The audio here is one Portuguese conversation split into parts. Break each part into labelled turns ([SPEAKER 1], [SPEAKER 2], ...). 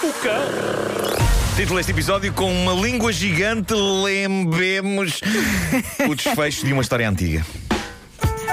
[SPEAKER 1] boca. Título deste episódio: Com uma língua gigante, lembemos o desfecho de uma história antiga.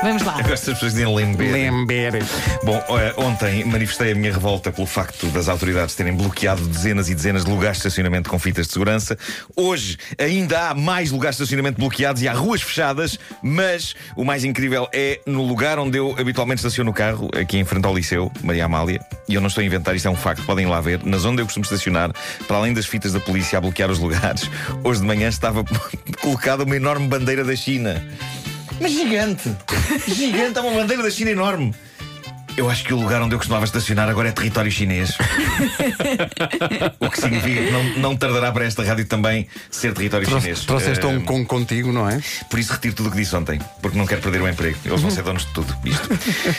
[SPEAKER 2] Vamos lá.
[SPEAKER 1] Eu gosto das pessoas dizem lember.
[SPEAKER 3] Lember.
[SPEAKER 1] Bom, eh, ontem manifestei a minha revolta pelo facto das autoridades terem bloqueado dezenas e dezenas de lugares de estacionamento com fitas de segurança. Hoje ainda há mais lugares de estacionamento bloqueados e há ruas fechadas, mas o mais incrível é no lugar onde eu habitualmente estaciono o carro, aqui em frente ao Liceu, Maria Amália, e eu não estou a inventar, isto é um facto, podem ir lá ver, na zona onde eu costumo estacionar, para além das fitas da polícia a bloquear os lugares, hoje de manhã estava colocada uma enorme bandeira da China. Mas gigante! Gigante, há uma bandeira da China enorme! Eu acho que o lugar onde eu costumava estacionar agora é território chinês. o que significa que não, não tardará para esta rádio também ser território chinês.
[SPEAKER 3] Trouxe- Trouxeste
[SPEAKER 1] Eh,
[SPEAKER 3] um com contigo, não é?
[SPEAKER 1] Por isso retiro tudo o que disse ontem, porque não quero perder o emprego. Eles vão ser donos de tudo isto.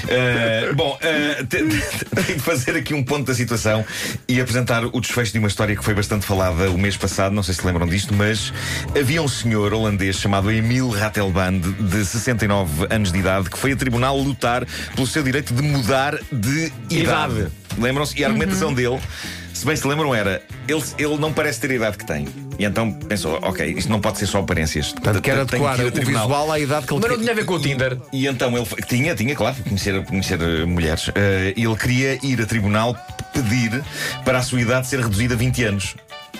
[SPEAKER 1] Eh, bom, eh, te- te- tenho de fazer aqui um ponto da situação e apresentar o desfecho de uma história que foi bastante falada o mês passado, não sei se lembram disto, mas havia um senhor holandês chamado Emil Ratelband, de 69 anos de idade, que foi a tribunal lutar pelo seu direito de mudar de idade.
[SPEAKER 3] Idade.
[SPEAKER 1] Lembram-se? E a argumentação dele, se bem se lembram, era ele, ele não parece ter a idade que tem. E então pensou, ok, isto não pode ser só aparências.
[SPEAKER 3] Portanto, quer
[SPEAKER 1] Tem que ir
[SPEAKER 3] adequar
[SPEAKER 1] ao
[SPEAKER 3] o
[SPEAKER 1] tribunal.
[SPEAKER 3] visual à idade que ele
[SPEAKER 4] Mas não
[SPEAKER 3] quer.
[SPEAKER 4] tinha a ver com o Tinder.
[SPEAKER 1] E então ele foi- tinha, tinha, claro, conhecer, conhecer eh, mulheres. Eh, ele queria ir a tribunal pedir para a sua idade ser reduzida a 20 anos.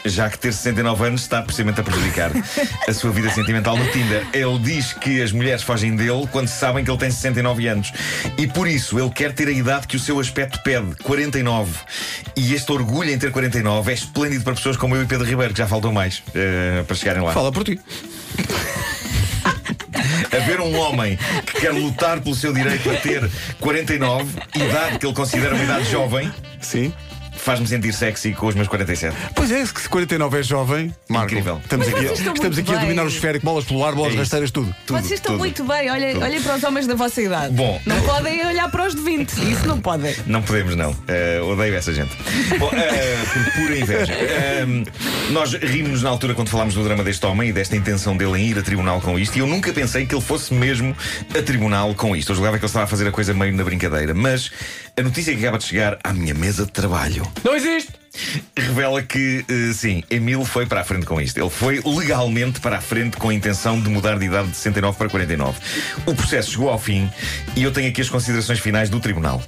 [SPEAKER 1] Já que ter 69 anos está precisamente a prejudicar a sua vida sentimental no Tinder. Ele diz que as mulheres fogem dele quando sabem que ele tem 69 anos. E por isso ele quer ter a idade que o seu aspecto pede, 49. E este orgulho em ter 49 é esplêndido para pessoas como eu e Pedro Ribeiro, que já faltou mais eh, para chegarem lá.
[SPEAKER 3] Fala por ti.
[SPEAKER 1] Haver um homem que quer lutar pelo seu direito a ter 49, idade que ele considera uma idade jovem,
[SPEAKER 3] Sim.
[SPEAKER 1] faz-me sentir sexy com os meus 47.
[SPEAKER 3] Pois é, se 49 é jovem, Marco.
[SPEAKER 1] Incrível.
[SPEAKER 3] Estamos aqui,
[SPEAKER 2] Vocês estão
[SPEAKER 3] estamos
[SPEAKER 2] muito
[SPEAKER 3] aqui a
[SPEAKER 2] bem.
[SPEAKER 3] dominar o esférico, bolas pelo ar, bolas
[SPEAKER 1] É isso.
[SPEAKER 3] rasteiras, tudo.
[SPEAKER 1] Tudo,
[SPEAKER 2] Vocês estão
[SPEAKER 1] tudo.
[SPEAKER 2] muito bem, olhem,
[SPEAKER 1] Tudo.
[SPEAKER 2] olhem para os homens da vossa idade.
[SPEAKER 1] Bom.
[SPEAKER 2] não podem olhar para os de 20, isso não podem.
[SPEAKER 1] Não podemos, não. Eh, odeio essa gente. Bom, eh, por pura inveja. Ehm, nós rimos na altura quando falámos do drama deste homem e desta intenção dele em ir a tribunal com isto, e eu nunca pensei que ele fosse mesmo a tribunal com isto. Eu julgava que ele estava a fazer a coisa meio na brincadeira, mas a notícia que acaba de chegar à minha mesa de trabalho.
[SPEAKER 4] Não existe!
[SPEAKER 1] Revela que, eh, sim, Emil foi para a frente com isto. Ele foi legalmente para a frente com a intenção de mudar de idade de 69 para 49. O processo chegou ao fim e eu tenho aqui as considerações finais do tribunal.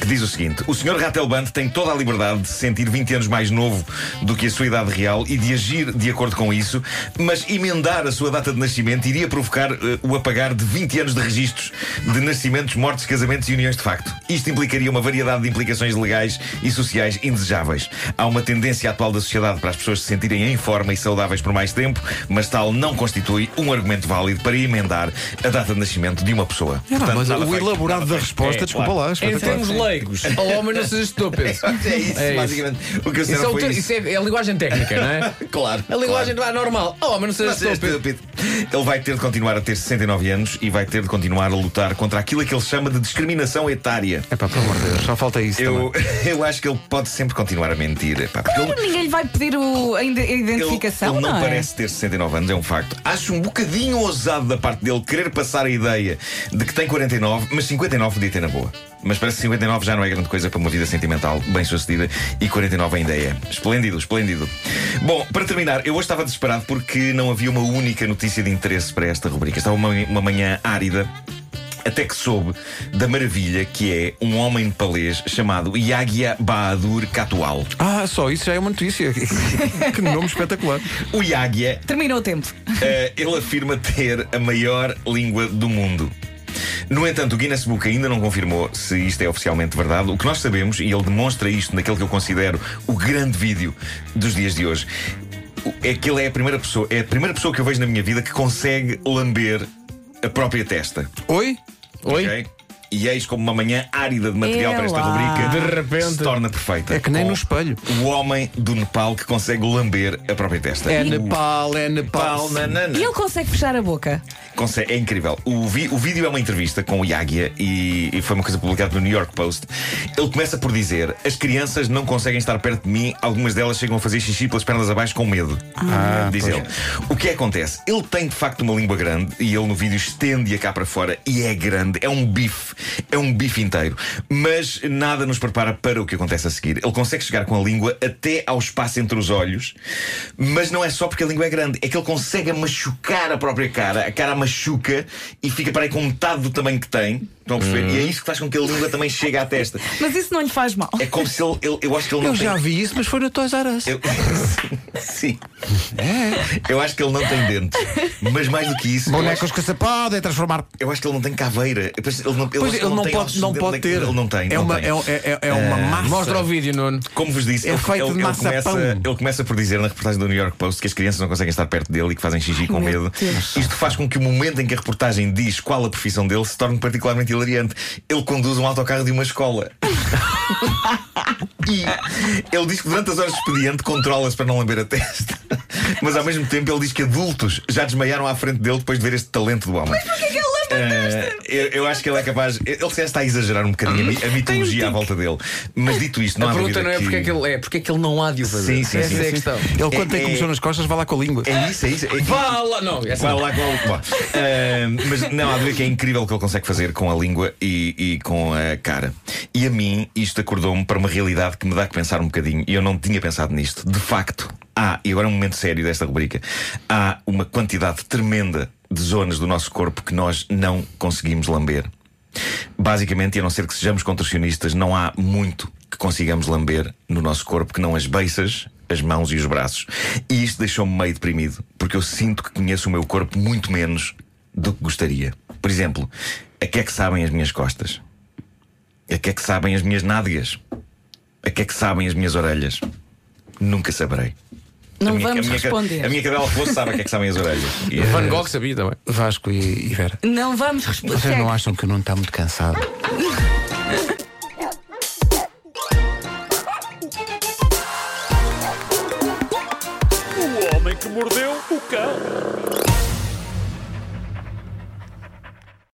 [SPEAKER 1] Que diz o seguinte: O Sr. Ratelband tem toda a liberdade de se sentir 20 anos mais novo do que a sua idade real e de agir de acordo com isso, mas emendar a sua data de nascimento iria provocar eh, o apagar de 20 anos de registros de nascimentos, mortes, casamentos e uniões de facto. Isto implicaria uma variedade de implicações legais e sociais indesejáveis. Há uma tendência atual da sociedade para as pessoas se sentirem em forma e saudáveis por mais tempo, mas tal não constitui um argumento válido para emendar a data de nascimento de uma pessoa. Portanto,
[SPEAKER 3] Ah, mas
[SPEAKER 1] nada
[SPEAKER 3] o
[SPEAKER 1] feito.
[SPEAKER 3] elaborado da resposta,
[SPEAKER 1] É,
[SPEAKER 3] desculpa
[SPEAKER 1] claro.
[SPEAKER 3] lá.
[SPEAKER 4] Em
[SPEAKER 3] espetacular.
[SPEAKER 4] termos leigos, ao homem não se assustou, penso.
[SPEAKER 1] É isso,
[SPEAKER 4] É isso.
[SPEAKER 1] basicamente. O que eu sei
[SPEAKER 4] Isso, é, o
[SPEAKER 1] foi
[SPEAKER 4] ter-
[SPEAKER 1] isso.
[SPEAKER 4] isso é- é a linguagem técnica, não é?
[SPEAKER 1] Claro.
[SPEAKER 4] A linguagem vai normal. Ao homem não se
[SPEAKER 1] Mas é
[SPEAKER 4] assustou, penso.
[SPEAKER 1] estúpido. Ele vai ter de continuar a ter 69 anos e vai ter de continuar a lutar contra aquilo que ele chama de discriminação etária.
[SPEAKER 3] Epá, pelo É, amor de Deus, só falta isso. também.
[SPEAKER 1] Eu, eu acho que ele pode sempre continuar a mentir. epá, porque ele-
[SPEAKER 2] Então, Ninguém lhe vai pedir o- a ide- a
[SPEAKER 1] ele,
[SPEAKER 2] identificação,
[SPEAKER 1] ele não,
[SPEAKER 2] é?
[SPEAKER 1] parece ter 69 anos, é um facto. Acho um bocadinho ousado da parte dele querer passar a ideia de que tem 49, mas 59 podia ter na boa. Mas parece que 59 já não é grande coisa para uma vida sentimental bem sucedida e 49 ainda é. Esplêndido, esplêndido. Bom, para terminar, eu hoje estava desesperado porque não havia uma única notícia de interesse para esta rubrica. Estava uma, uma manhã árida. Até que soube da maravilha que é um homem nepalês chamado Yagya Bahadur Katwal.
[SPEAKER 3] Ah, só isso já é uma notícia. que nome espetacular.
[SPEAKER 1] O Yagya
[SPEAKER 2] Terminou o tempo.
[SPEAKER 1] Eh, ele afirma ter a maior língua do mundo. No entanto, o Guinness Book ainda não confirmou se isto é oficialmente verdade. O que nós sabemos, e ele demonstra isto naquele que eu considero o grande vídeo dos dias de hoje, o- é que ele é a primeira pessoa, é a primeira pessoa que eu vejo na minha vida que consegue lamber a própria testa.
[SPEAKER 3] Oi?
[SPEAKER 4] Oi?
[SPEAKER 1] ok? E eis como uma manhã árida de material para esta
[SPEAKER 2] Ela.
[SPEAKER 1] rubrica
[SPEAKER 4] De repente.
[SPEAKER 1] se torna perfeita.
[SPEAKER 3] É que nem
[SPEAKER 1] Com
[SPEAKER 3] no espelho.
[SPEAKER 1] O homem do Nepal que consegue lamber a própria testa.
[SPEAKER 3] É
[SPEAKER 1] O
[SPEAKER 3] Nepal, é Nepal.
[SPEAKER 1] Nepal, né? nanana.
[SPEAKER 2] E ele consegue fechar a boca.
[SPEAKER 1] Conse- É incrível. O, vi- o vídeo é uma entrevista com o Yagya e, e foi uma coisa publicada no New York Post. Ele começa por dizer: As crianças não conseguem estar perto de mim, algumas delas chegam a fazer xixi pelas pernas abaixo com medo. diz ele. O que acontece? Ele tem de facto uma língua grande e ele no vídeo estende-a cá para fora e é grande, é um bife. É um bife inteiro. Mas nada nos prepara para o que acontece a seguir. Ele consegue chegar com a língua até ao espaço entre os olhos, mas não é só porque a língua é grande, é que ele consegue machucar a própria cara. A cara machuca e fica para aí com metade do tamanho que tem. Estão a perceber? E é isso que faz com que a língua também chegue à testa.
[SPEAKER 2] Mas isso não lhe faz mal.
[SPEAKER 1] É como se ele. ele- eu acho que ele não
[SPEAKER 3] Eu
[SPEAKER 1] tem.
[SPEAKER 3] já vi isso, mas foi no Toys R Us.
[SPEAKER 1] Eu... Sim. Eu acho que ele não tem dentes. Mas mais do que isso. eu acho-
[SPEAKER 3] Bonecos que se podem transformar.
[SPEAKER 1] eu acho que ele não tem caveira. Eu penso- Ele não,
[SPEAKER 3] Pois
[SPEAKER 1] eu acho que
[SPEAKER 3] ele não
[SPEAKER 1] tem ossos
[SPEAKER 3] pode, não
[SPEAKER 1] de-
[SPEAKER 3] pode
[SPEAKER 1] de-
[SPEAKER 3] ter.
[SPEAKER 1] Ele não tem.
[SPEAKER 3] É
[SPEAKER 1] não
[SPEAKER 3] uma,
[SPEAKER 1] tem. Eh,
[SPEAKER 3] é, é- é uma massa.
[SPEAKER 4] Mostra o vídeo, Nuno.
[SPEAKER 1] Como vos disse,
[SPEAKER 3] é
[SPEAKER 1] ele,
[SPEAKER 3] feito
[SPEAKER 1] ele-
[SPEAKER 3] de
[SPEAKER 1] ele
[SPEAKER 3] massa pão.
[SPEAKER 1] começa, ele começa por dizer na reportagem do New York Post que as crianças não conseguem estar perto dele e que fazem xixi com
[SPEAKER 2] meu
[SPEAKER 1] medo.
[SPEAKER 2] Deus.
[SPEAKER 1] Isto faz com que o momento em que a reportagem diz qual a profissão dele se torne particularmente hilariante. Ele conduz um autocarro de uma escola. E ele diz que durante as horas de expediente controla-se para não lamber a testa. Mas ao mesmo tempo ele diz que adultos já desmaiaram à frente dele depois de ver este talento do homem. Mas
[SPEAKER 2] é
[SPEAKER 1] porquê que ele lambe a testa? eu, eu acho que ele é capaz. Ele se está a exagerar um bocadinho a mi- a, mitologia à volta dele. Mas dito isto, não
[SPEAKER 4] A
[SPEAKER 1] há
[SPEAKER 4] pergunta
[SPEAKER 1] dúvida
[SPEAKER 4] não é porque é que ele é, porque é que ele não há de o fazer.
[SPEAKER 1] Sim, sim,
[SPEAKER 4] Essa
[SPEAKER 1] sim,
[SPEAKER 4] é a
[SPEAKER 1] sim.
[SPEAKER 4] questão.
[SPEAKER 3] Ele, quando tem
[SPEAKER 1] É-
[SPEAKER 3] comichão nas costas, vai lá com a língua.
[SPEAKER 1] É isso, é isso. É,
[SPEAKER 4] Vá lá, não, essa
[SPEAKER 1] Vai
[SPEAKER 4] não.
[SPEAKER 1] lá com a Bom, ahm, Mas não, há de ver que é incrível o que ele consegue fazer com a língua e, e com a cara. E a mim, isto acordou-me para uma realidade que me dá que pensar um bocadinho. E eu não tinha pensado nisto. De facto, há, e agora é um momento sério desta rubrica, há uma quantidade tremenda de zonas do nosso corpo que nós não conseguimos lamber. Basicamente, e a não ser que sejamos contorcionistas, não há muito que consigamos lamber no nosso corpo que não as beiças, as mãos e os braços. E isto deixou-me meio deprimido, porque eu sinto que conheço o meu corpo muito menos do que gostaria. Por exemplo, a que é que sabem as minhas costas? A que é que sabem as minhas nádegas? A que é que sabem as minhas orelhas? Nunca saberei. A
[SPEAKER 2] Não
[SPEAKER 1] minha-
[SPEAKER 2] vamos
[SPEAKER 1] a minha,
[SPEAKER 2] responder.
[SPEAKER 1] A minha cadela fosse sabe a que é que sabem as orelhas. E,
[SPEAKER 4] Van
[SPEAKER 1] eh,
[SPEAKER 4] Gogh sabia também.
[SPEAKER 3] Vasco e, e Vera.
[SPEAKER 2] Não vamos
[SPEAKER 3] Vocês não
[SPEAKER 2] responder.
[SPEAKER 3] acham que o Nuno está muito cansado?
[SPEAKER 5] O homem que mordeu o cão.